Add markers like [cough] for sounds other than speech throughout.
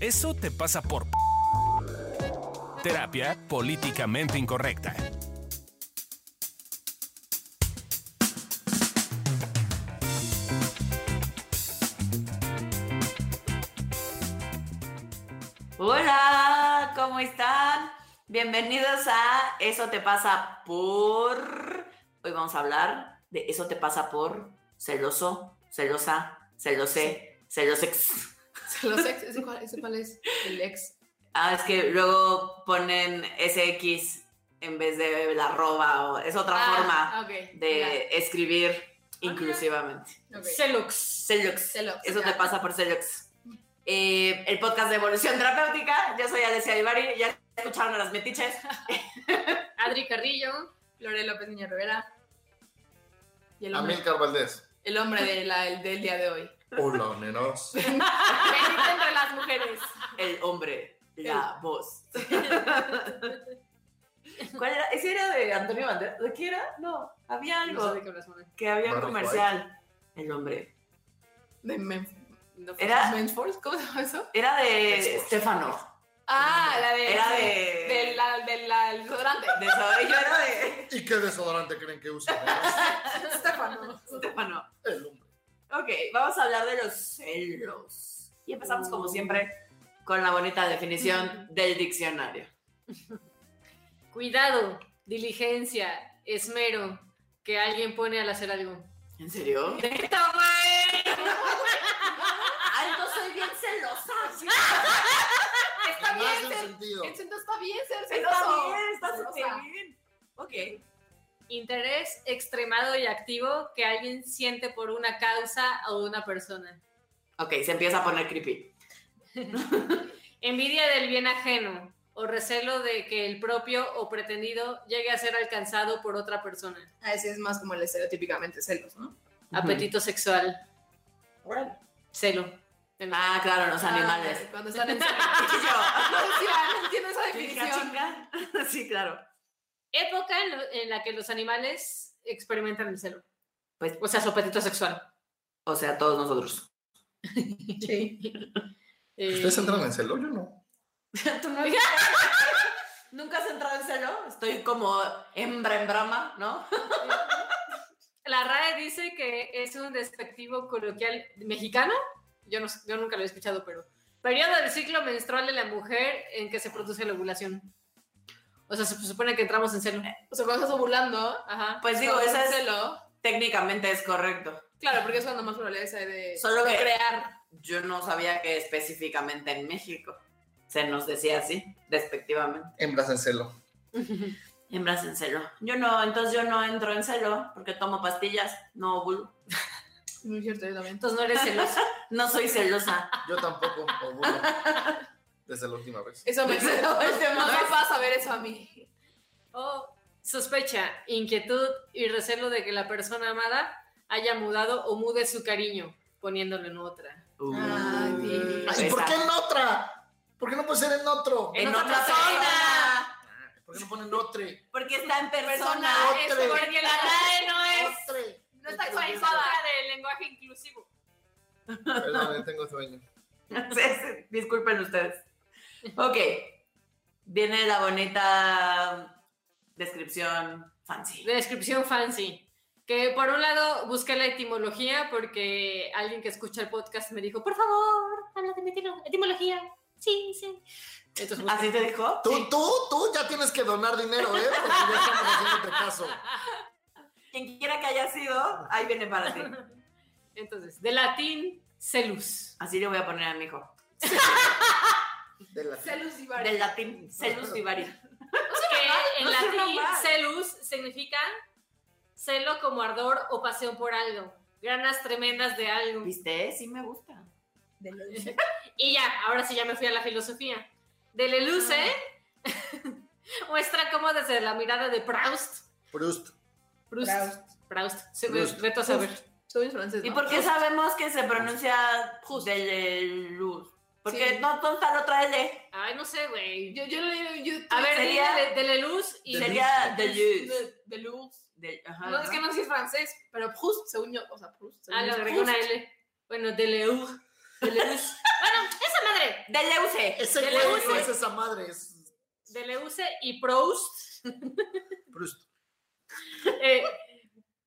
Eso te pasa por... p- Terapia políticamente incorrecta. Hola, ¿cómo están? Bienvenidos a Eso te pasa por... Hoy vamos a hablar de Eso te pasa por celoso, celosa, celosé, celosex. [laughs] Los ex, ¿ese cuál, ese cuál es? El ex. Ah, es que luego ponen SX en vez de la arroba o es otra forma Ah, ok, de escribir inclusivamente. ya, ok. Celox. Celox. Celox, Eso ya. te pasa por Celox. Eh, el podcast de Evolución Terapéutica. Yo soy Alessia Ibarri. Ya escucharon a las metiches. Adri Carrillo, Lore López Niña Rivera. Y el hombre, Amilcar Valdés. el hombre de la- el del día [laughs] de hoy. Hola, nenos. Ah, Bendita entre las mujeres. El hombre, la [laughs] voz. ¿Cuál era? ¿Ese era de Antonio Banderas? ¿De qué era? No, había No algo sé de qué hablas, Mona. que había un Barry comercial. El hombre. De men, no, Era- Men's Force, ¿cómo se llama eso? Era de Expo. Stefano. Ah, la de. Era de. De la, de la, el desodorante. de Zoe, yo era de [laughs] ¿Y qué desodorante creen que usa? nenos? Estefano. Stefano. El hombre. Ok, vamos a hablar de los celos. Y empezamos como siempre con la bonita [laughs] definición del diccionario. Cuidado, diligencia, esmero, que alguien pone al hacer algo. ¿En serio? ¡Neta, güey! ¡Ay, no soy bien [laughs] celosa! Está En más bien, de un ser- sentido. entonces está bien ser Está celoso. bien, está Celosa. súper bien. Ok. Interés extremado y activo que alguien siente por una causa o una persona. Ok, se empieza a poner creepy. Envidia del bien ajeno o recelo de que el propio o pretendido llegue a ser alcanzado por otra persona. A veces Ah, es más como el estereotípicamente celos, ¿no? Apetito sexual, celo. Ah, claro, los Ah, [laughs] animales. cuando están en celo. Y yo, No, [laughs] sí, ah, no entiendo esa yo dije, "Ah, definición. chinga". [laughs] Sí, claro. Época en, lo- en la que los animales experimentan el celo. Pues- o sea, su apetito sexual. O sea, todos nosotros. Eh, ¿Ustedes [laughs] entran en celo? Yo no. ¿Nunca has entrado en celo? Estoy como hembra en brama, ¿no? [laughs] La RAE dice que es un despectivo coloquial mexicano. Yo, no, yo nunca lo he escuchado, pero. Periodo del ciclo menstrual de la mujer en que se produce la ovulación. O sea, se supone que entramos en celo. O sea, cuando estás ovulando, Ajá. Pues digo, cuando eso estás en es, celo. técnicamente es correcto. Claro, porque es cuando más probabilidades hay de Solo que- crear. Yo no sabía que específicamente en México se nos decía así, despectivamente. Hembras en celo. Hembras en celo. Yo no, entonces yo no entro en celo porque tomo pastillas, no ovulo. Muy cierto, yo también. Entonces no eres celoso. No soy celosa. Yo tampoco. ovulo. Desde la última vez. Eso me Pero este No mames. me pasa ver eso a mí. O sospecha, inquietud y recelo de que la persona amada haya mudado o mude su cariño, poniéndolo en otra. Ay, sí. Ay, ¿Por qué en otra? ¿Por qué no puede ser en otro? [laughs] En, En otra, otra persona. ¿Por qué no ponen otro? Porque está en persona. Persona. Eso Otra. porque la RAE no es. Otro. No está actualizada del lenguaje inclusivo. Perdón, eh, tengo sueño. [laughs] Sí, sí, Disculpen ustedes. Ok. Viene la bonita descripción fancy. Descripción fancy. Que por un lado busqué la etimología porque alguien que escucha el podcast me dijo, por favor, habla de mi etimo- etimología. Sí, sí. Entonces busqué. ¿Así te dijo? Tú, tú, tú ya tienes que donar dinero, ¿eh? Porque ya estamos haciéndote caso. Quien quiera que haya sido, ahí viene para ti. Entonces, de latín, celus. Así le voy a poner a mi hijo. De la Celus y Del latín, celus vivari. Que en No suena latín, mal. celus significa celo como ardor o pasión por algo. Ganas tremendas de algo. ¿Viste? Sí me gusta. Y ya, ahora sí ya me fui a la filosofía. De Leluce Ah. [laughs] muestra cómo desde la mirada de Proust, Proust. Proust, Proust, se Proust. reto a saber. Soy bien francés. ¿Y ¿no? por qué sabemos que se pronuncia de luz? Porque Sí. no tonta la otra L. Ay, no sé, güey. Yo, yo lo digo en YouTube. A ver, sería- dile de, de Leluz y... De- Sería de Ah, luz. De, Pues, de Luz. De- ajá, No, es que no sé si es francés, pero Proust, según yo. O sea, Proust. según Ah, le yo, agregó Proust. una L. [laughs] Bueno, de Leluz. De Leluz. bueno, esa madre. Deleuze. Ese De güey Leuce. no es esa madre, es Deleuze y Proust. Proust. Eh,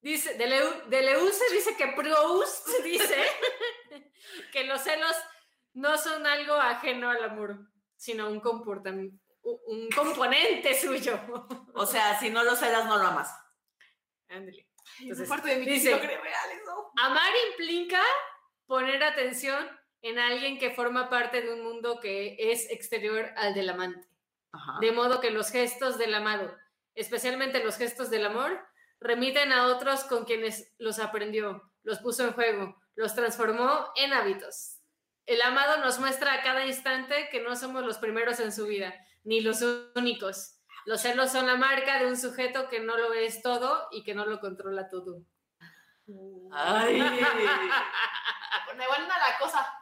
dice, Deleu- Deleuze dice que Proust [laughs] dice que los celos no son algo ajeno al amor, sino un comportamiento, un componente suyo. [laughs] O sea, si no lo celas, no lo amas. Ándale. Es Entonces, parte de mi dice- dice, real eso. amar implica poner atención en alguien que forma parte de un mundo que es exterior al del amante. Ajá. De modo que los gestos del amado, especialmente los gestos del amor, remiten a otros con quienes los aprendió, los puso en juego, los transformó en hábitos. El amado nos muestra a cada instante que no somos los primeros en su vida, ni los únicos. Los celos son la marca de un sujeto que no lo es todo y que no lo controla todo. Ay. Me vuelven a la cosa.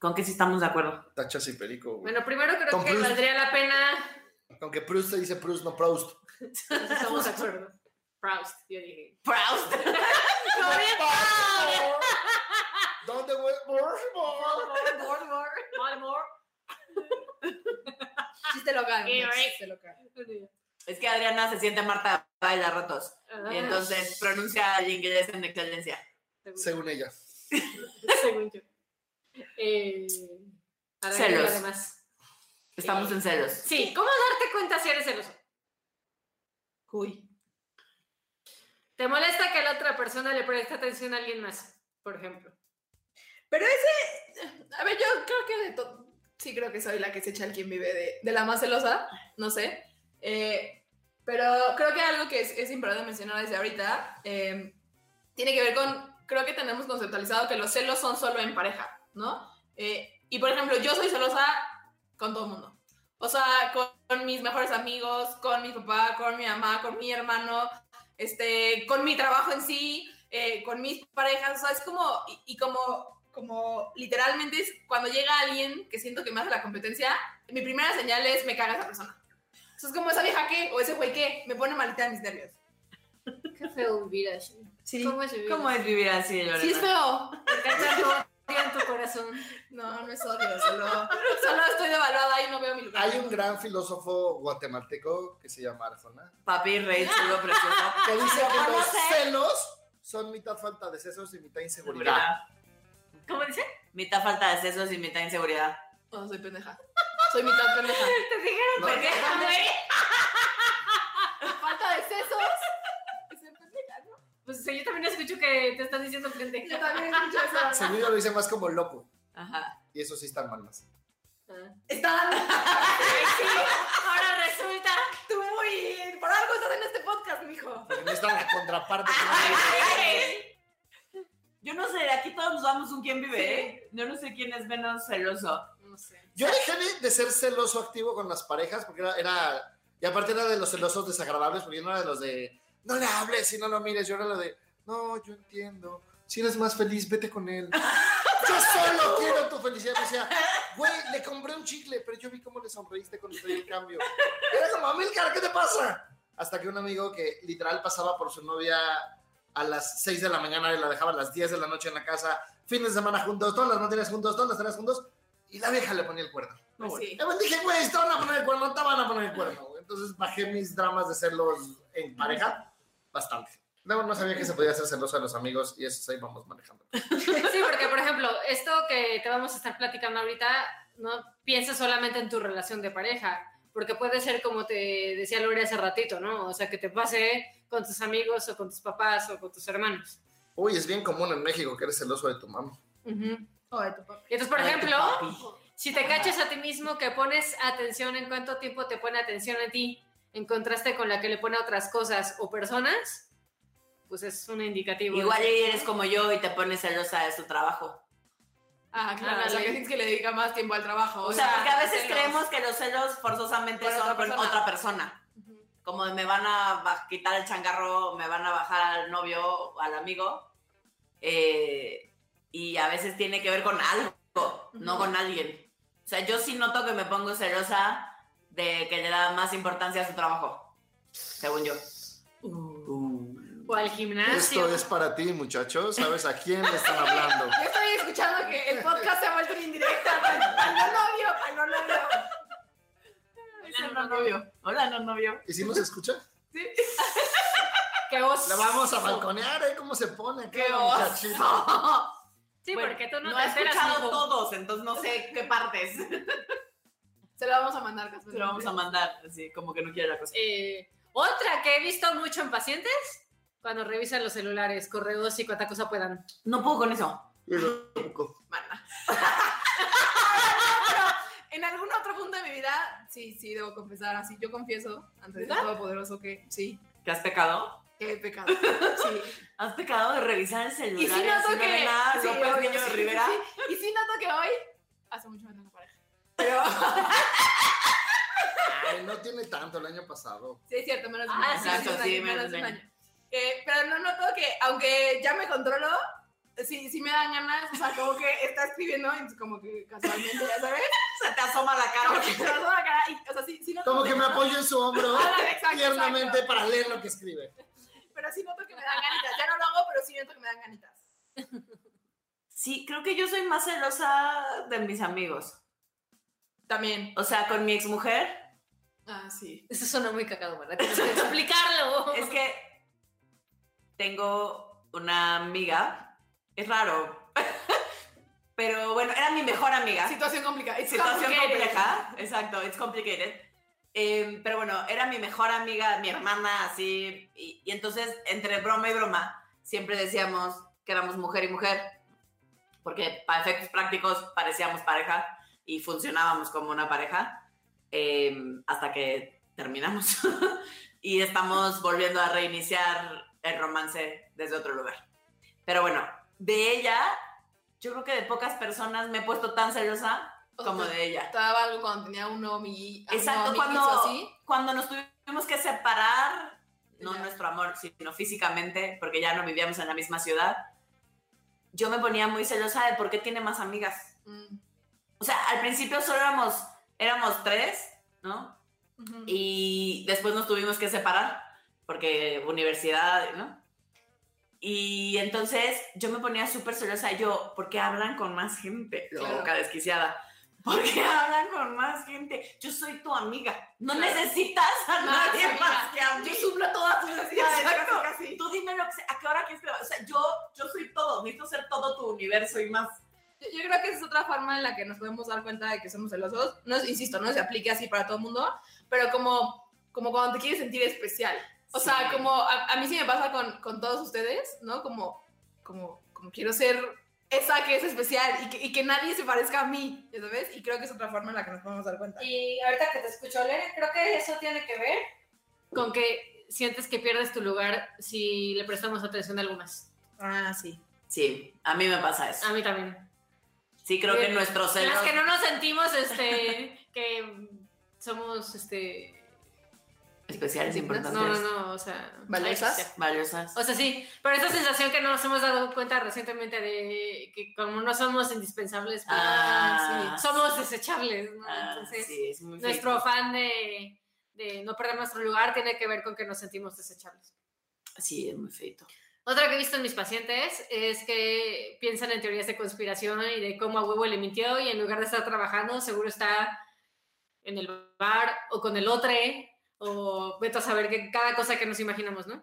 ¿Con qué sí estamos de acuerdo? Tachas y perico, güey. Bueno, primero creo Tom que Cruise. valdría la pena. Aunque Proust se dice Proust, no Proust. Entonces, Estamos de acuerdo. Proust, yo dije. Proust. ¿Dónde, güey? Baltimore. Sí te lo gano. Sí, güey. Sí te lo gano. Es que Adriana se siente Marta baila ratos. Ah, Y entonces pronuncia el inglés en excelencia. según- Según ella. [laughs] según yo. Eh, a ver, Celos. ¿qué además? Estamos en celos. Sí, ¿cómo darte cuenta si eres celoso? Uy. ¿Te molesta que la otra persona le preste atención a alguien más? Por ejemplo. Pero ese. A ver, yo creo que de to- Sí, creo que soy la que se echa al quien vive de, de la más celosa. No sé. Eh, pero creo que algo que es, es importante mencionar desde ahorita eh, tiene que ver con. Creo que tenemos conceptualizado que los celos son solo en pareja, ¿no? Eh, y por ejemplo, yo soy celosa con todo el mundo. O sea, con, con mis mejores amigos, con mi papá, con mi mamá, con mi hermano, este, con mi trabajo en sí, eh, con mis parejas, o sea, es como, y, y como, como literalmente es cuando llega alguien que siento que me hace la competencia, mi primera señal es me caga esa persona. Eso es como esa vieja que, o ese güey que, me pone malita de mis nervios. Qué feo vivir así. Sí. ¿Cómo es vivir ¿Cómo así? es vivir así, Lorena? Sí, es feo. Me encanta tu odio en tu corazón. No, no es odio, solo, solo estoy devaluada y no veo mi lugar. Hay un gran filósofo guatemalteco que se llama Arjona, Papi, rey, chulo, precioso. [laughs] que dice Ah, Lo que los conoce. celos son mitad falta de sesos y mitad inseguridad. ¿Cómo dice? Mitad falta de sesos y mitad inseguridad. No, soy pendeja. Soy mitad [laughs] pendeja. Te dijeron No. pendeja, güey. Falta de sesos. Soy pendeja, ¿no? Pues sí, yo también escucho que te estás diciendo Yo pendeja. también escucho eso. Según yo lo dice más como loco, Ajá. y eso sí están [laughs] mal más. Ah. Está dando Ay, sí, ahora resulta. Tú muy... Por algo estás en este podcast, mijo. Porque no está la contraparte. Yo no sé, aquí todos nos vamos un quién vive, ¿eh? Yo no sé quién es menos celoso. No sé. Yo dejé de- de ser celoso activo con las parejas porque era, era- y aparte era de los celosos desagradables, porque yo no era de los de, no le hables y no lo mires, yo era la de, no, yo entiendo, si eres más feliz, vete con él. Yo solo quiero tu felicidad, o sea, güey, le compré un chicle, pero yo vi cómo le sonreíste cuando te di el cambio. Era como, Amílcar, ¿qué te pasa? Hasta que un amigo que literal pasaba por su novia a las 6 de la mañana y la dejaba a las 10 de la noche en la casa, fines de semana juntos, todas las materias juntos, todas las tareas juntos, y la vieja le ponía el cuerno. Pues sí. Y pues dije, güey, te van a poner el cuerno, te van a poner el cuerno. güey. Entonces bajé mis dramas de celos en pareja bastante. Luego no sabía que se podía hacer celoso a los amigos y eso ahí vamos manejando. Sí, porque por ejemplo, esto que te vamos a estar platicando ahorita, no pienses solamente en tu relación de pareja, porque puede ser como te decía Lore hace ratito, ¿no? O sea, que te pase con tus amigos o con tus papás o con tus hermanos. Uy, es bien común en México que eres celoso de tu mamá. Ay, tu papá. Y entonces, por Ay, ejemplo, papi. si te cachas a ti mismo que pones atención en cuánto tiempo te pone atención a ti, en contraste con la que le pone a otras cosas o personas, pues es un indicativo. de- Igual y eres como yo y te pones celosa de su trabajo. Ah, claro. o sea, Ándale. que tienes que le dedica más tiempo al trabajo. O sea, porque a veces celos. creemos que los celos forzosamente Con son otra con persona. otra persona. Ujú. Como de me van a ba- quitar el changarro, me van a bajar al novio, al amigo. eh, y a veces tiene que ver con algo, no Ujú. con alguien. O sea, yo sí noto que me pongo celosa de que le da más importancia a su trabajo, según yo. O al gimnasio. Esto es para ti, muchachos. ¿Sabes a quién le están hablando? Yo estoy escuchando que el podcast se ha vuelto en indirecta. no novio. Hola, no [laughs] novio. ¿Y si nos escucha? Sí. Qué oso. La vamos a balconear, ¿eh? ¿Cómo se pone? ¡Qué cada muchachito. Sí, Bueno, porque tú no, No te he enteras, escuchado mijo. todos, entonces no sé qué [laughs] partes. Se la vamos a mandar, Casper. Se lo vamos a mandar, así como que no quiere la cosa. Eh, otra que he visto mucho en pacientes, cuando revisan los celulares, correos y cuanta cosa puedan. No puedo con eso. Yo tampoco. En algún otro punto de mi vida, sí, sí, debo confesar. Así yo confieso, ante ¿Verdad? todo Todopoderoso, que sí, ¿Que has pecado? qué pecado. Sí. ¿Has pecado de revisar el celular? Y sí noto así, que. Lorena sí, López obvio, Niño de sí, Rivera. sí, sí. Y sí noto que hoy hace mucho menos pareja. Pero. Ay, no tiene tanto el año pasado. Sí, es cierto, menos de un Ah, año. sí, menos de un sí, menos año, menos de de un un año. Eh, pero no noto que, aunque ya me controlo, sí, sí me dan ganas, o sea, como que está escribiendo, y como que casualmente, ya sabes, [laughs] Se te asoma la cara. como que se lo doy acá, y, o sea, sí, sí noto Como que me apoyo en su hombro Ah, exacto, tiernamente exacto. para leer lo que escribe. Pero sí noto que me dan ganitas, ya no lo hago, pero sí noto que me dan ganitas. Sí, creo que yo soy más celosa de mis amigos. También. O sea, con mi exmujer, Ah, sí. Eso suena muy cagado, ¿verdad? Tienes [laughs] que explicarlo. es que tengo una amiga, es raro, [laughs] pero bueno, era mi mejor amiga. Situación complicada. It's situación complicated. compleja, exacto, it's complicated. Em, pero bueno, era mi mejor amiga, mi hermana, así, y, y entonces entre broma y broma siempre decíamos que éramos mujer y mujer, porque para efectos prácticos parecíamos pareja y funcionábamos como una pareja em, hasta que terminamos [laughs] y estamos volviendo a reiniciar el romance desde otro lugar. Pero bueno, de ella, yo creo que de pocas personas me he puesto tan celosa O sea, como de ella. Estaba algo cuando tenía un ah, omi. Exacto, cuando, Así. cuando nos tuvimos que separar, no Ya. nuestro amor, sino físicamente, porque ya no vivíamos en la misma ciudad, yo me ponía muy celosa de por qué tiene más amigas. Mm, O sea, al principio solo éramos, éramos tres, ¿no? ujú. Y después nos tuvimos que separar porque universidad, ¿no? Y entonces yo me ponía súper celosa. Yo, ¿por qué hablan con más gente? Claro. Loca, desquiciada. ¿Por qué hablan con más gente? Yo soy tu amiga. No Claro. necesitas a Más nadie amiga. más que a mí. Yo suplo todas tus necesidades. Exacto. casi, casi. Tú dime lo que sea, a qué hora quieres que O sea, yo, yo soy todo. Necesito ser todo tu universo y más. Yo, yo creo que esa es otra forma en la que nos podemos dar cuenta de que somos celosos. No, es- insisto, no se aplique así para todo el mundo, pero como, como cuando te quieres sentir especial. O sea, Sí. como a, a mí sí me pasa con, con todos ustedes, ¿no? Como, como, como quiero ser esa que es especial y que, y que nadie se parezca a mí, ¿ya ¿sabes? Y creo que es otra forma en la que nos podemos dar cuenta. Y ahorita que te escucho leer, creo que eso tiene que ver con que sientes que pierdes tu lugar si le prestamos atención a algo más. Ah, sí. Sí, a mí me pasa eso. A mí también. Sí, creo que Bien. nuestro celos... Las que no nos sentimos, este, [laughs] que somos, este... Especiales importantes. No, no, no, o sea... ¿Valiosas? ay, sí. Valiosas. O sea, sí, pero esa sensación que nos hemos dado cuenta recientemente de que como no somos indispensables, pues, Ah, sí, somos desechables, ¿no? Ah, Entonces, sí, es muy nuestro feo. afán de, de no perder nuestro lugar tiene que ver con que nos sentimos desechables. Sí, es muy feito. Otra que he visto en mis pacientes es que piensan en teorías de conspiración y de cómo a huevo le mintió y en lugar de estar trabajando, seguro está en el bar o con el otro o vete a saber que cada cosa que nos imaginamos, ¿no?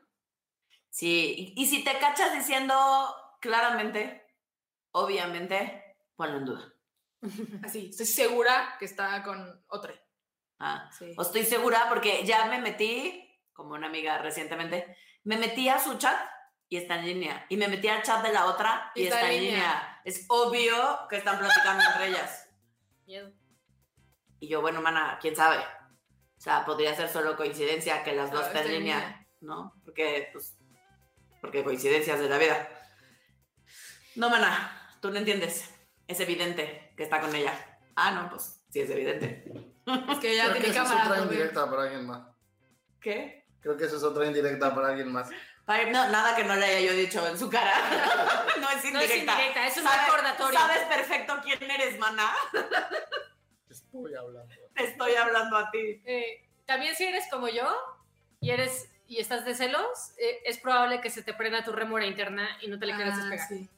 Sí, y, y si te cachas diciendo claramente, obviamente, ponlo en duda. Así, estoy segura que está con otra. Ah, Sí. o estoy segura porque ya me metí, como una amiga recientemente, me metí a su chat y está en línea. Y me metí al chat de la otra y, está, en línea. Es obvio que están platicando entre ellas. Miedo. Y yo, bueno, mana, quién sabe. O sea, podría ser solo coincidencia que las Claro, dos Ah, estén está en en línea, línea. ¿no? Porque, pues, porque coincidencias de la vida. No, maná, tú no entiendes. Es evidente que está con ella. Ah, no, pues sí es evidente. Es que ya Creo que tiene esa es cámara. otra ¿no? indirecta para alguien más. ¿Qué? Creo que esa es otra indirecta para alguien más. Para- no, nada que no le haya yo dicho en su [laughs] cara. no es indirecta. No es indirecta, es un Sabes- recordatorio. Sabes perfecto quién eres, maná. Estoy hablando. Te estoy hablando a ti. Eh, también si eres como yo y eres y estás de celos, eh, es probable que se te prenda tu rémora interna y no te le quieras despegar. Ah, sí.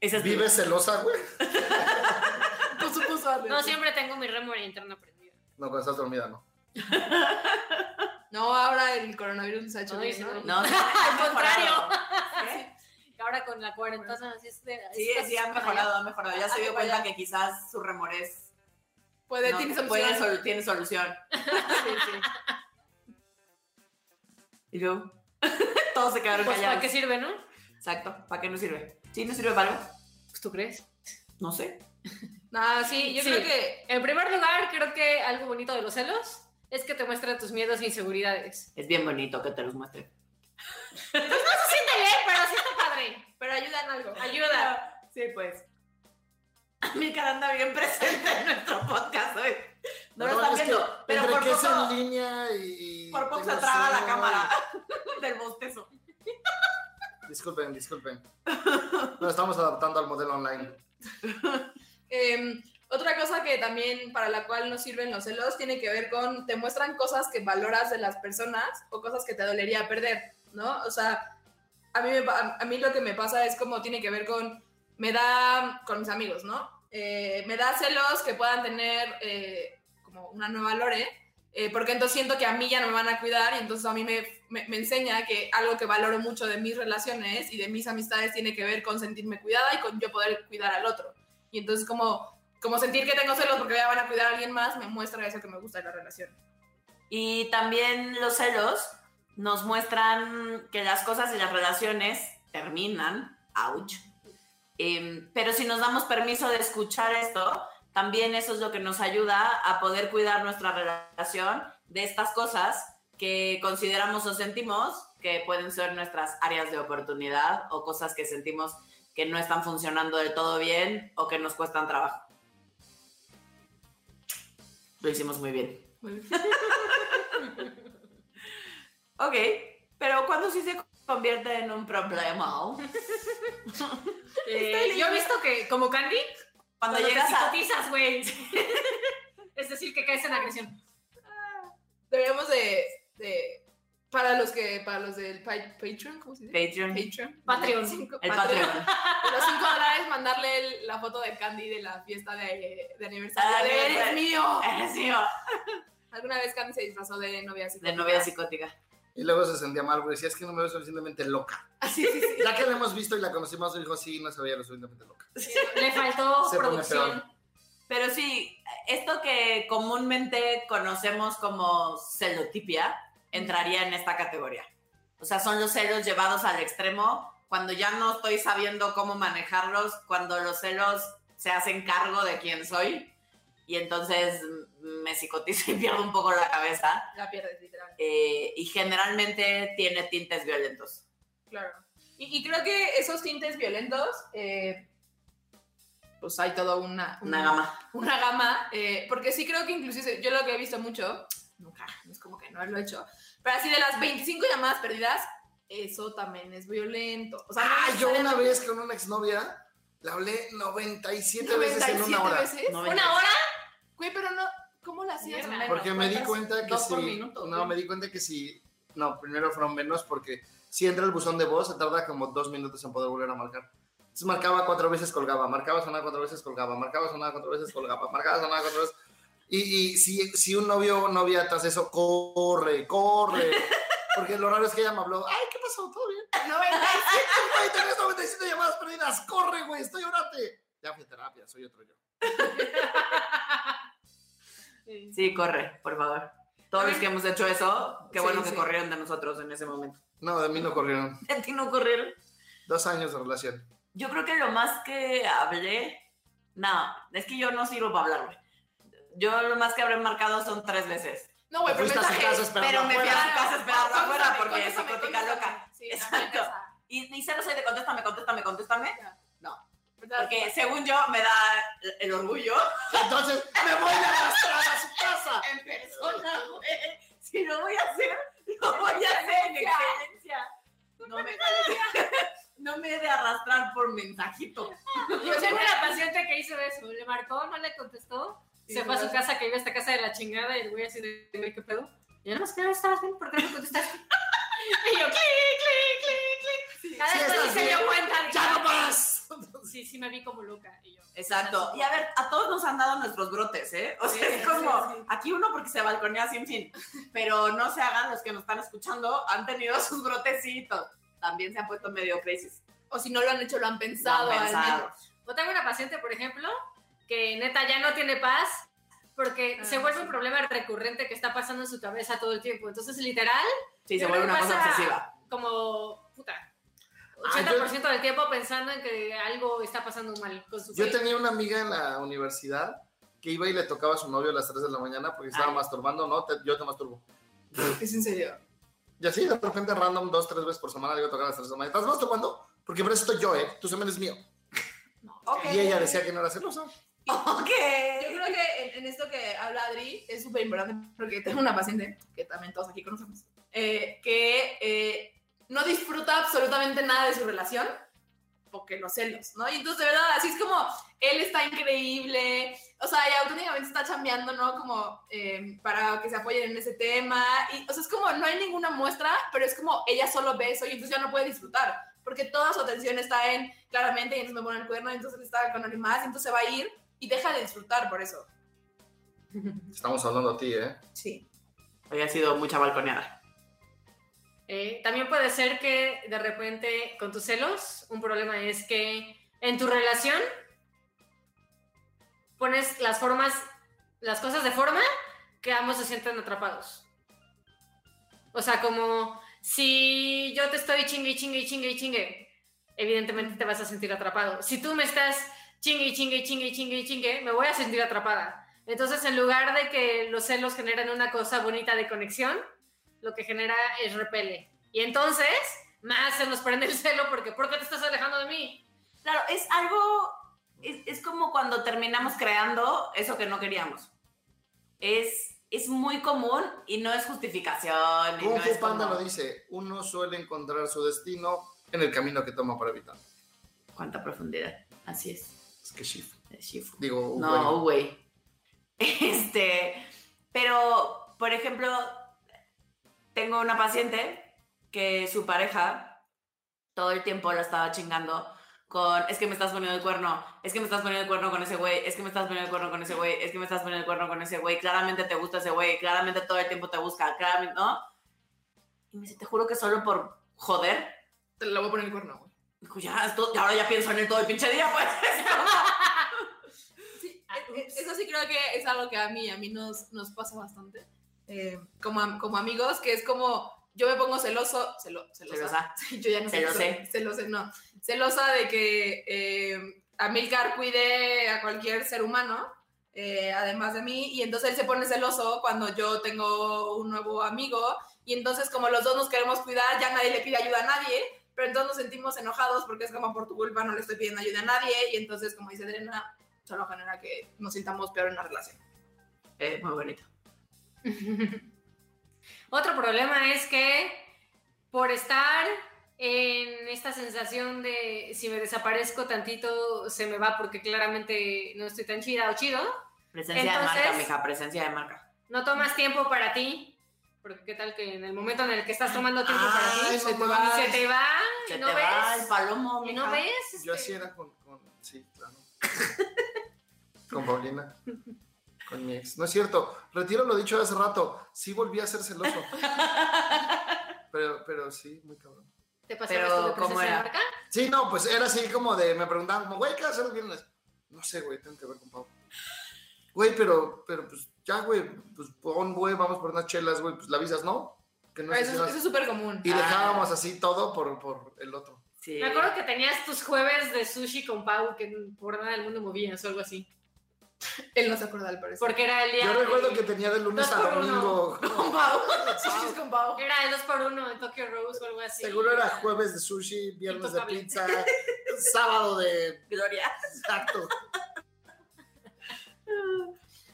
Esa es mi- ¿Vive celosa, güey? [laughs] Por supuesto, Arlen. pues. No siempre tengo mi rémora interna prendida. No, cuando estás dormida, no. No, ahora el coronavirus nos ha hecho Ay, bien, sí, ¿no? [laughs] No, sí, Al ha [laughs] mejorado. ¿Eh? Y ahora con la cuarentena, así es de- Sí, estas sí, ha cosas mejorado, ha mejorado. Ya Ah, se dio que cuenta vaya. que quizás su remorés Puede, no, tienes puede opción. solu- tiene solución. Sí, sí. Y yo, [laughs] todos se quedaron Pues, ¿para callados. qué sirve, no? Exacto, ¿para qué no sirve? ¿Sí no sirve para algo? Pues, ¿tú crees? No sé. [laughs] No, sí, yo Sí. creo que En primer lugar, creo que algo bonito de los celos es que te muestra tus miedos e inseguridades. Es bien bonito que te los muestre. No se siente bien, pero sí está padre. Pero ayudan algo. Ayuda. Sí, pues. [laughs] Mi cara anda bien presente en nuestro podcast hoy. No, lo están es que viendo, pero entre por que es en poco, línea y... y por poco se tengo traba la sueño cámara del bostezo. y- Disculpen, disculpen. Nos estamos adaptando al modelo online. Eh, otra cosa que también para la cual nos sirven los celos tiene que ver con, te muestran cosas que valoras de las personas o cosas que te dolería perder, ¿no? O sea, a mí, me pa- a mí lo que me pasa es como tiene que ver con, me da, con mis amigos, ¿no? Eh, me da celos que puedan tener eh, como una nueva lore, eh, porque entonces siento que a mí ya no me van a cuidar y entonces a mí me, me- me enseña que algo que valoro mucho de mis relaciones y de mis amistades tiene que ver con sentirme cuidada y con yo poder cuidar al otro. Y entonces como, como sentir que tengo celos porque ya van a cuidar a alguien más, me muestra eso que me gusta de la relación. Y también los celos nos muestran que las cosas y las relaciones terminan, ouch. Em, pero si nos damos permiso de escuchar esto, también eso es lo que nos ayuda a poder cuidar nuestra relación de estas cosas que consideramos o sentimos que pueden ser nuestras áreas de oportunidad o cosas que sentimos que no están funcionando del todo bien o que nos cuestan trabajo. Lo hicimos muy bien. Ok, pero ¿cuándo sí se convierte en un problema? Eh, Estoy yo he leyendo. visto que, como Candy, Cuando cuando te llegas a... psicotizas, güey. [laughs] es decir, que caes en agresión. Deberíamos de, de- para los que, para los del pa- Patreon, ¿cómo se dice? Patreon, el Patreon. Patreon. Cinco- Patreon. [laughs] [laughs] Los 5 dólares, mandarle el- la foto de Candy de la fiesta de, de aniversario. Ah, de, de- ¡Eres [laughs] mío! Eres mío. Alguna vez Candy se disfrazó de novia así. De novia psicótica. Y luego se sentía mal porque decía, es que no me veo suficientemente loca. Ah, Así, sí, sí. Ya que la hemos visto y la conocimos, dijo, sí, no se veía lo suficientemente loca. Le Oh, faltó [laughs] Se pone producción. Pero sí, esto que comúnmente conocemos como celotipia entraría en esta categoría. O sea, son los celos llevados al extremo cuando ya no estoy sabiendo cómo manejarlos, cuando los celos se hacen cargo de quién soy y entonces mm, me psicotizo y [laughs] pierdo un poco la cabeza. La pierdes, literal. eh, y generalmente tiene tintes violentos. Claro. Y, y creo que esos tintes violentos, eh, pues hay toda una, Una gama. una gama, eh, porque sí creo que inclusive yo lo que he visto mucho, nunca, no es como que no lo he hecho, pero así de las 25 llamadas perdidas, eso también es violento. O sea, no Ah, yo una necesariamente- vez con una exnovia le hablé 97, veces en 97 una hora. veces. No, ¿Una hora? Güey, pero no, ¿cómo la hacías? Mierda. menos? Porque me di ¿Cuántas? cuenta que Dos si. por minuto, no, me di cuenta que si. No, primero fueron menos porque si entra el buzón de voz, se tarda como dos minutos en poder volver a marcar. Entonces marcaba cuatro veces, colgaba, marcaba, sonaba cuatro veces, colgaba, marcaba, sonaba cuatro veces, colgaba, marcaba, sonaba cuatro veces. Y, y si, si un novio o novia tras eso, corre, corre. [laughs] Porque lo raro es que ella me habló, ay, ¿qué pasó? ¿Todo bien? 97. Ay, tenés 97 llamadas perdidas, corre, güey, estoy orate. Ya fui a terapia, soy otro yo. Sí, corre, por favor. Todos los que hemos hecho eso, qué Sí, bueno que sí. corrieron de nosotros en ese momento. [laughs] No, de mí no corrieron. ¿De ti no corrieron? Dos años de relación. Yo creo que lo más que hablé, no, es que yo no sirvo para hablar, güey. Yo lo más que habré marcado son tres veces. No, güey, pero Fuiste a su mensaje. casa esperando pero me fui a afuera. su casa esperando Contéstame, afuera porque es contéstame, psicótica contéstame. loca. Sí, Exacto. Y, y cero soy de contéstame, contéstame, contéstame, [laughs] porque Porque según yo me da el- el orgullo Entonces, me voy a arrastrar a su casa. en persona, güey. Si lo voy a hacer, lo voy a hacer en excelencia. No me, [laughs] no me he de arrastrar por mensajito. [laughs] Yo tengo una paciente que hizo eso. Le marcó, no le contestó. Sí, se fue a su ¿verdad? casa, que iba a esta casa de la chingada. Y el güey así de, güey, ¿qué pedo? Y nada más, claro, estabas bien, ¿por qué no contestaste? [laughs] y yo, clic, clic, clic, clic. Cada sí, vez estás sí se bien. dio cuenta. ¡Ya no más! Sí, sí me vi como loca. Y yo, Exacto. Y a ver, a todos nos han dado nuestros brotes, ¿eh? O sea, Sí, es como, sí, sí. aquí uno porque se balconea sin fin, pero no se hagan los que nos están escuchando, han tenido [laughs] sus brotecitos, también se han puesto medio crazy. O si no lo han hecho, lo lo han han pensado. al pensado. menos. O tengo una paciente, por ejemplo, que neta ya no tiene paz porque Ah, se vuelve sí. un problema recurrente que está pasando en su cabeza todo el tiempo. Entonces, literal, Sí, se Yo vuelve creo una que cosa pasa- obsesiva. como puta. Ah, Ay, 80% del tiempo pensando en que algo está pasando mal con su Yo cuerpo. tenía una amiga en la universidad que iba y le tocaba a su novio a las 3 de la mañana porque estaba Ay. masturbando, no, te- yo te masturbo. Es en serio. Y así de repente random dos, tres veces por semana le iba a tocar a las 3 de la mañana. ¿Estás masturbando? Porque por eso estoy yo, ¿eh? Tu semen es mío. Ok. Y ella decía que no era celosa. Ok. Yo creo que en, en esto que habla Adri es súper importante porque tengo una paciente que también todos aquí conocemos eh, que eh, no disfruta absolutamente nada de su relación porque los celos, ¿no? Y entonces, de verdad, así es como él está increíble, o sea, y auténticamente está chambeando, ¿no? Como eh, para que se apoyen en ese tema. Y, o sea, es como no hay ninguna muestra, pero es como ella solo ve eso y entonces ya no puede disfrutar porque toda su atención está en claramente, y entonces me pone el cuerno, y entonces está con alguien más, y entonces se va a ir y deja de disfrutar por [laughs] eso. Estamos hablando a ti, ¿eh? Sí. Hoy ha sido mucha balconeada. Eh, también puede ser que de repente con tus celos, un problema es que en tu relación pones las formas, las cosas de forma que ambos se sienten atrapados. O sea, como si yo te estoy chingue, chingue, chingue, chingue, evidentemente te vas a sentir atrapado. Si tú me estás chingue, chingue, chingue, chingue, chingue, me voy a sentir atrapada. Entonces, en lugar de que los celos generen una cosa bonita de conexión, lo que genera es repele. Y entonces, más se nos prende el celo porque ¿por qué te estás alejando de mí? [laughs] Claro, es algo, es, es como cuando terminamos creando eso que no queríamos. Es, es muy común y no es justificación. y Kung no es Fu Panda como- lo dice, uno suele encontrar su destino en el camino que toma para evitarlo. Cuánta profundidad. Así es. Es que shift. es Shifu. Digo, No, Oh, bueno, güey. [laughs] Este, pero, por ejemplo, tengo una paciente que su pareja todo el tiempo la estaba chingando con, es que me estás poniendo el cuerno, es que me estás poniendo el cuerno con ese güey, es que me estás poniendo el cuerno con ese güey, es que me estás poniendo el cuerno con ese güey, claramente te gusta ese güey, claramente todo el tiempo te busca, claramente, ¿no? Y me dice, te juro que solo por joder, Te lo voy a poner el cuerno, güey. digo, ya, esto- ahora ya pienso en él todo el pinche día, pues. [laughs] Sí, Ah, e- e- ups. eso sí creo que es algo que a mí, a mí nos, nos pasa bastante. eh, como, am- como amigos, que es como yo me pongo celoso, celo, Celosa. celosa. [laughs] Yo ya no sé. Celosé. qué soy. Celosé, no. Celosa de que eh, Amilcar cuide a cualquier ser humano, eh, además de mí, y entonces él se pone celoso cuando yo tengo un nuevo amigo, y entonces como los dos nos queremos cuidar, ya nadie le pide ayuda a nadie, pero entonces nos sentimos enojados porque es como por tu culpa no le estoy pidiendo ayuda a nadie, y entonces como dice Adriana, solo genera que nos sintamos peor en la relación. Eh, muy bonito. Otro problema es que por estar en esta sensación de si me desaparezco tantito se me va porque claramente no estoy tan chida o chido, Presencia de marca, Entonces- mija, presencia de marca. no tomas tiempo para ti. Porque qué tal que en el momento en el que estás tomando tiempo Ah, para ti, eso se te más. va, se te va, y Se no te ves, va el palomo, y mija. no ves. yo este, así era con, con sí, claro. [laughs] con Paulina. Con mi ex. No es cierto. Retiro lo dicho hace rato. Sí volví a [laughs] ser celoso. Pero, pero sí, muy cabrón. ¿Te Pero, pasabas tú de ¿cómo princesa de era? marca? Sí, no, pues era así como de, me preguntaban como, güey, ¿qué vas a hacer el viernes? No sé, güey, tengo que ver con Pau. Güey, pero, pero pues ya, güey, pues pon, güey, vamos por unas chelas, güey, pues la avisas, ¿no? Que no Pero se eso, hicieron- eso es súper común. Y dejábamos así todo por, por el otro. Sí. Me acuerdo que tenías tus jueves de sushi con Pau que por nada del mundo movías o algo así. Él no se acuerda al parecer. Porque era el día. Yo de- recuerdo que tenía de lunes Dos a por uno. domingo. con Pau. [laughs] Sí, [laughs] es con Pau. Era el 2x1 en Tokyo Rose o algo así. Seguro era jueves de sushi, viernes de Intocable. pizza, sábado de Gloria. tacto.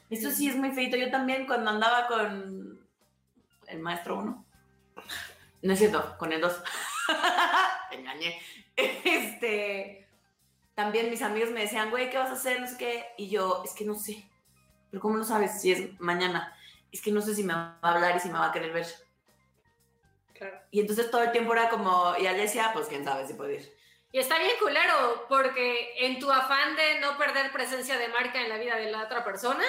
Eso sí es muy feito. Yo también cuando andaba con el maestro uno. No es cierto, con el dos. [laughs] Engañé. Este. También mis amigos me decían, güey, ¿qué vas a hacer? No sé qué. Y yo, es que no sé. Pero ¿cómo no sabes si es mañana? Es que no sé si me va a hablar y si me va a querer ver. Claro. Y entonces todo el tiempo era como, y Alesia, pues quién sabe si puede ir. Y está bien culero, porque en tu afán de no perder presencia de marca en la vida de la otra persona,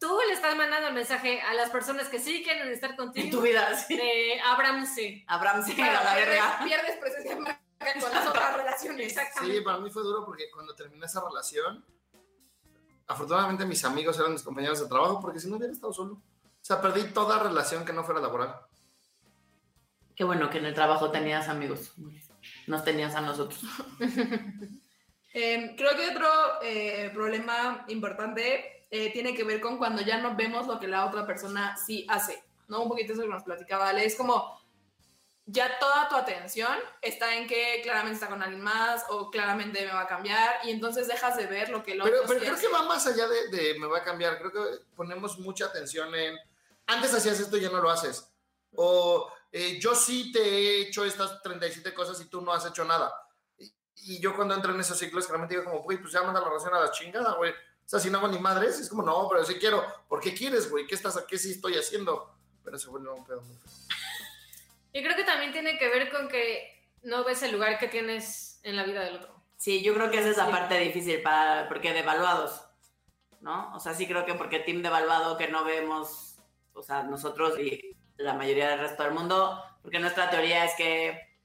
tú le estás mandando el mensaje a las personas que sí quieren estar En tu contigo vida, sí. de ábranse. Abraham sí, a la Claro, pierdes, verga. pierdes presencia de pues, marca con las otras relaciones. Sí, para mí fue duro porque cuando terminé esa relación, afortunadamente mis amigos eran mis compañeros de trabajo, porque si no hubiera estado solo. O sea, perdí toda relación que no fuera laboral. Qué bueno que en el trabajo tenías amigos. Nos tenías a nosotros. Eh, creo que otro eh, problema importante eh, tiene que ver con cuando ya no vemos lo que la otra persona sí hace, ¿no? Un poquito eso que nos platicaba Ale, es como ya toda tu atención está en que claramente está con alguien más o claramente me va a cambiar y entonces dejas de ver lo que el otro Pero, sí pero creo hace. que va más allá de, de me va a cambiar. Creo que ponemos mucha atención en antes hacías esto y ya no lo haces. O eh, yo sí te he hecho estas 37 cosas y tú no has hecho nada. Y, y yo cuando entro en esos ciclos, claramente digo como, güey, pues ya manda la relación a la chingada, güey. O sea, si no hago ni madres, es como, no, pero sí quiero. ¿Por qué quieres, güey? ¿Qué estás, qué sí estoy haciendo? Pero se vuelve un pedo muy feo. Y creo que también tiene que ver con que no ves el lugar que tienes en la vida del otro. Sí, yo creo que esa es la Sí. parte difícil para, porque devaluados, ¿no? O sea, sí creo que porque team devaluado que no vemos, o sea, nosotros y la mayoría del resto del mundo, porque nuestra teoría es que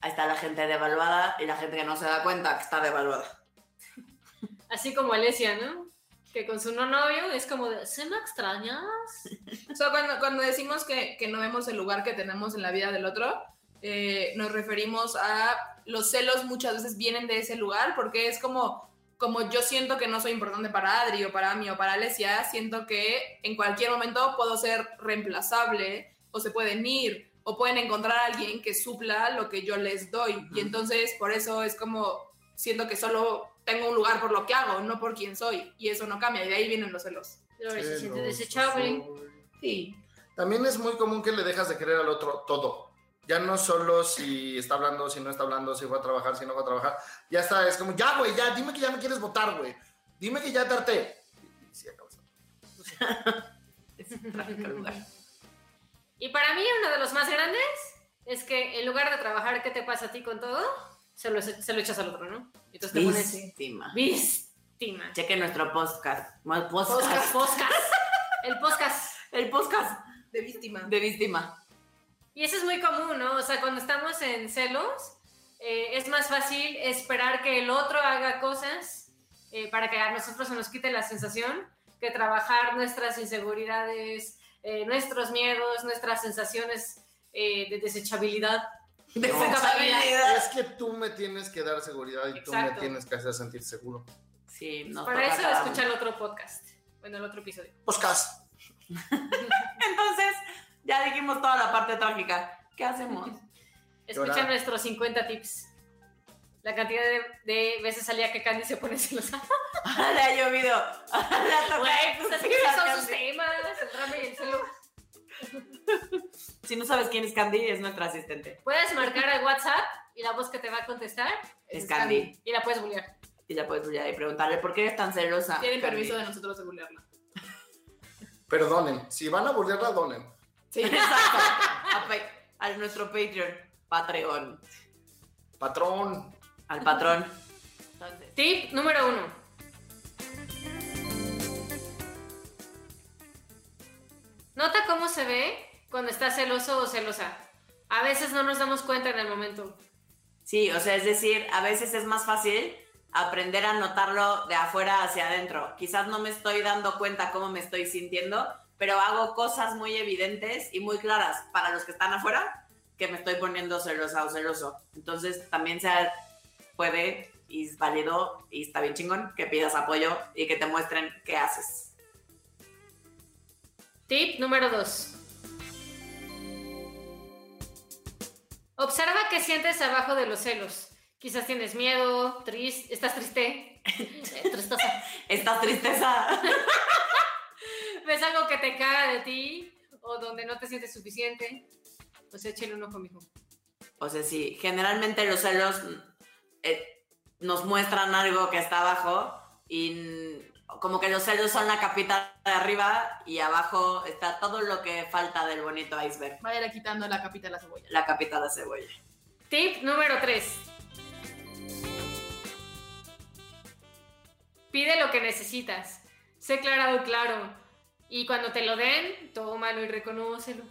ahí está la gente devaluada y la gente que no se da cuenta que está devaluada. Así como Alesia, ¿no? Que con su no novio es como de, ¿se me extrañas? O sea, cuando, cuando decimos que, que no vemos el lugar que tenemos en la vida del otro, eh, nos referimos a los celos muchas veces vienen de ese lugar porque es como, como yo siento que no soy importante para Adri o para mí o para Alesia, siento que en cualquier momento puedo ser reemplazable o se pueden ir o pueden encontrar a alguien que supla lo que yo les doy. Y entonces por eso es como siento que solo tengo un lugar por lo que hago, no por quién soy. Y eso no cambia y de ahí vienen los celos. Pero se siente Celoso desechable. soy. Sí. También es muy común que le dejas de querer al otro todo. Ya no solo si está hablando, si no está hablando, si fue a trabajar, si no fue a trabajar. Ya está, es como, ya, güey, ya, dime que ya me quieres votar, güey. Dime que ya te harté. Y sí, acabas. Es un trágico [laughs] lugar. Y para mí uno de los más grandes es que en lugar de trabajar qué te pasa a ti con todo, se lo, se lo echas al otro, ¿no? Y Entonces te pones Víctima. víctima. Cheque nuestro podcast. Bueno, podcast. Podcast, podcast. El podcast. El podcast De víctima. de víctima. Y eso es muy común, ¿no? O sea, cuando estamos en celos, eh, es más fácil esperar que el otro haga cosas eh, para que a nosotros se nos quite la sensación que trabajar nuestras inseguridades, eh, nuestros miedos, nuestras sensaciones eh, de desechabilidad. De Es que tú me tienes que dar seguridad y tú me Exacto. tienes que hacer sentir seguro. Sí, nos para toca eso, cada uno. escuchar el otro podcast. Bueno, el otro episodio. Podcast. Entonces, ya dijimos toda la parte trágica. ¿Qué [laughs] hacemos? [laughs] Escucha Llorar. nuestros 50 tips. La cantidad de, de veces salía que Candy se pone celosa. Ahora ha llovido. [laughs] Ahora le ha tocado. Güey, pues así que son sus Candy. temas, el drama y el celo. Si no sabes quién es Candy, es nuestra asistente. Puedes marcar al WhatsApp y la voz que te va a contestar Es Candy. y la puedes bullear. Y la puedes bullear y preguntarle por qué eres tan celosa. Tienen Candy? [laughs] permiso de nosotros de burlarla. Perdonen. Si van a burlarla, donen. Sí, exacto. A, pa- a nuestro Patreon, Patreon, Patrón. al [laughs] patrón. Entonces, Tip número uno. Nota cómo se ve cuando estás celoso o celosa. A veces no nos damos cuenta en el momento. sí, o sea, es decir, a veces es más fácil aprender a notarlo de afuera hacia adentro. Quizás no me estoy dando cuenta cómo me estoy sintiendo, pero hago cosas muy evidentes y muy claras para los que están afuera que me estoy poniendo celosa o celoso. Entonces también se puede y es válido y está bien chingón que pidas apoyo y que te muestren qué haces. Tip número 2. Observa qué sientes abajo de los celos. Quizás tienes miedo, triste, estás triste, [laughs] eh, tristosa. Esta tristeza, ves algo que te caga de ti o donde no te sientes suficiente. Pues échale un ojo, mijo. o sea, sí, generalmente los celos mm, eh, nos muestran algo que está abajo y n- como que los celos son la capita de arriba y abajo está todo lo que falta del bonito iceberg, Vaya quitando la capita a la cebolla. la capita de cebolla. Tip número 3. Pide lo que necesitas. Sé claro, claro. Y cuando te lo den, tómalo y reconócelo.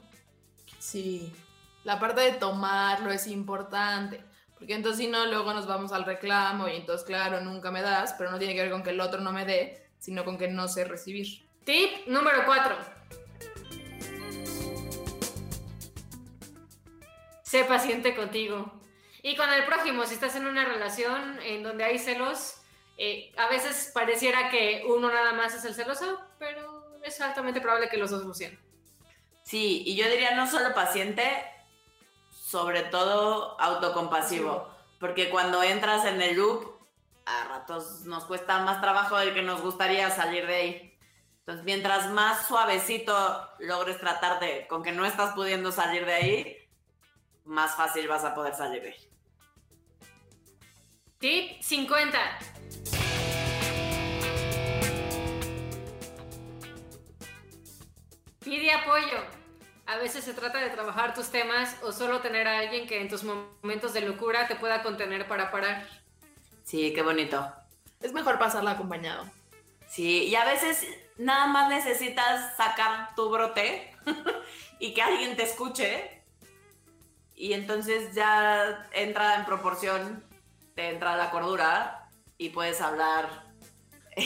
Sí. La parte de tomarlo es importante. Porque entonces, si no, luego nos vamos al reclamo y entonces, claro, nunca me das, pero no tiene que ver con que el otro no me dé, sino con que no sé recibir. Tip número 4. Sé paciente contigo. Y con el prójimo, si estás en una relación en donde hay celos, eh, a veces pareciera que uno nada más es el celoso, pero es altamente probable que los dos lo sean. Sí, y yo diría no solo paciente, sobre todo autocompasivo, porque cuando entras en el loop, a ratos nos cuesta más trabajo del que nos gustaría salir de ahí. Entonces, mientras más suavecito logres tratarte con que no estás pudiendo salir de ahí, más fácil vas a poder salir de ahí. Tip 50. Pide apoyo. A veces se trata de trabajar tus temas o solo tener a alguien que en tus momentos de locura te pueda contener para parar. Sí, qué bonito. Es mejor pasarla acompañado. Sí, y a veces nada más necesitas sacar tu brote [laughs] y que alguien te escuche y entonces ya entra en proporción, te entra la cordura y puedes hablar [laughs]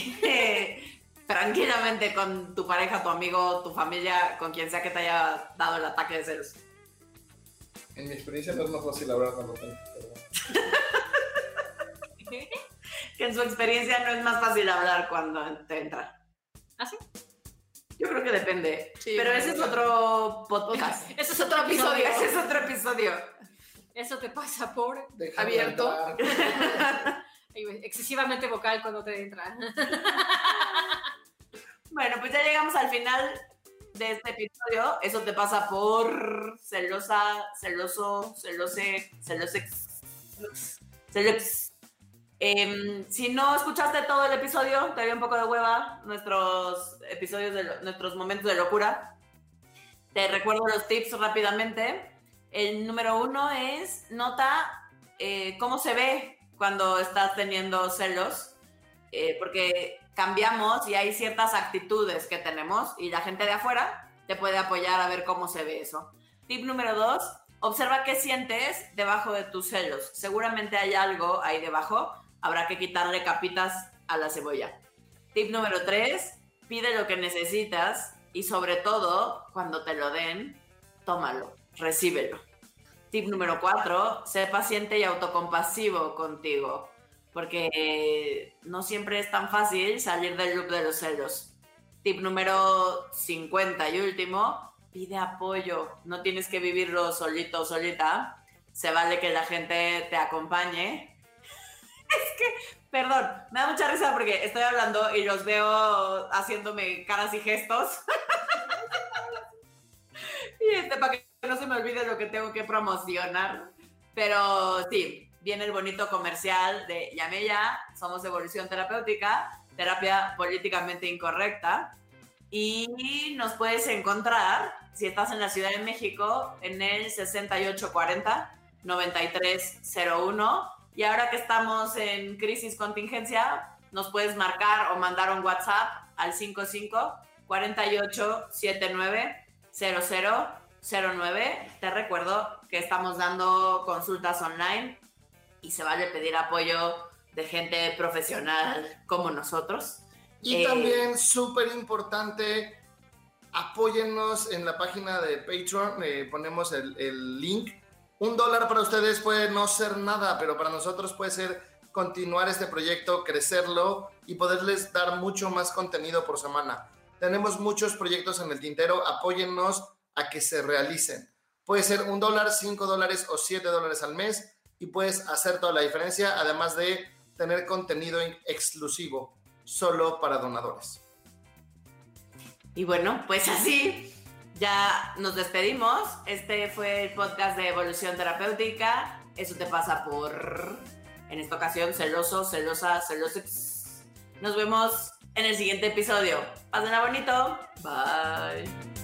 tranquilamente con tu pareja, tu amigo, tu familia, con quien sea que te haya dado el ataque de celos. En mi experiencia pues, no es más fácil hablar cuando tengo. pero- Que en su experiencia no es más fácil hablar cuando te entra. ¿Ah, sí? Yo creo que depende. Sí, Pero muy ese es bien. otro podcast. Ese es otro episodio, ese episodio. es otro episodio. Eso te pasa por eh, Déjame Abierto. hablar. excesivamente vocal cuando te entra. Bueno, pues ya llegamos al final de este episodio. Eso te pasa por celosa, celoso, celose, celosex, celox. Em, si no escuchaste todo el episodio, te dio un poco de hueva nuestros episodios, de lo- nuestros momentos de locura. Te recuerdo los tips rápidamente. El número uno es nota eh, cómo se ve cuando estás teniendo celos eh, porque cambiamos y hay ciertas actitudes que tenemos y la gente de afuera te puede apoyar a ver cómo se ve eso. Tip número dos, observa qué sientes debajo de tus celos. Seguramente hay algo ahí debajo, habrá que quitarle capitas a la cebolla. Tip número tres, pide lo que necesitas y sobre todo, cuando te lo den, tómalo, recíbelo. Tip número cuatro, sé paciente y autocompasivo contigo porque eh, no siempre es tan fácil salir del loop de los celos. Tip número 50 y último, pide apoyo. No tienes que vivirlo solito o solita. Se vale que la gente te acompañe. [laughs] Es que, perdón, me da mucha risa porque estoy hablando y los veo haciéndome caras y gestos. [laughs] y este, para que no se me olvide lo que tengo que promocionar. Pero sí, viene el bonito comercial de Llame Ya, somos Evolución Terapéutica, terapia políticamente incorrecta. Y nos puedes encontrar, si estás en la Ciudad de México, en el 6840-9301. Y ahora que estamos en crisis contingencia, nos puedes marcar o mandar un WhatsApp al 55 48 79 00 09. Te recuerdo que estamos dando consultas online y se vale pedir apoyo de gente profesional como nosotros. Y Eh, también, súper importante, apóyennos en la página de Patreon, eh, ponemos el, el link. Un dólar para ustedes puede no ser nada, pero para nosotros puede ser continuar este proyecto, crecerlo y poderles dar mucho más contenido por semana. Tenemos muchos proyectos en el tintero, apóyennos a que se realicen. Puede ser un dólar, cinco dólares o siete dólares al mes y puedes hacer toda la diferencia, además de tener contenido en- exclusivo solo para donadores. Y bueno, pues así ya nos despedimos. Este fue el podcast de Evolución Terapéutica. Eso te pasa por, en esta ocasión, celoso, celosa, celoso. Nos vemos en el siguiente episodio. Pásenla bonito. Bye.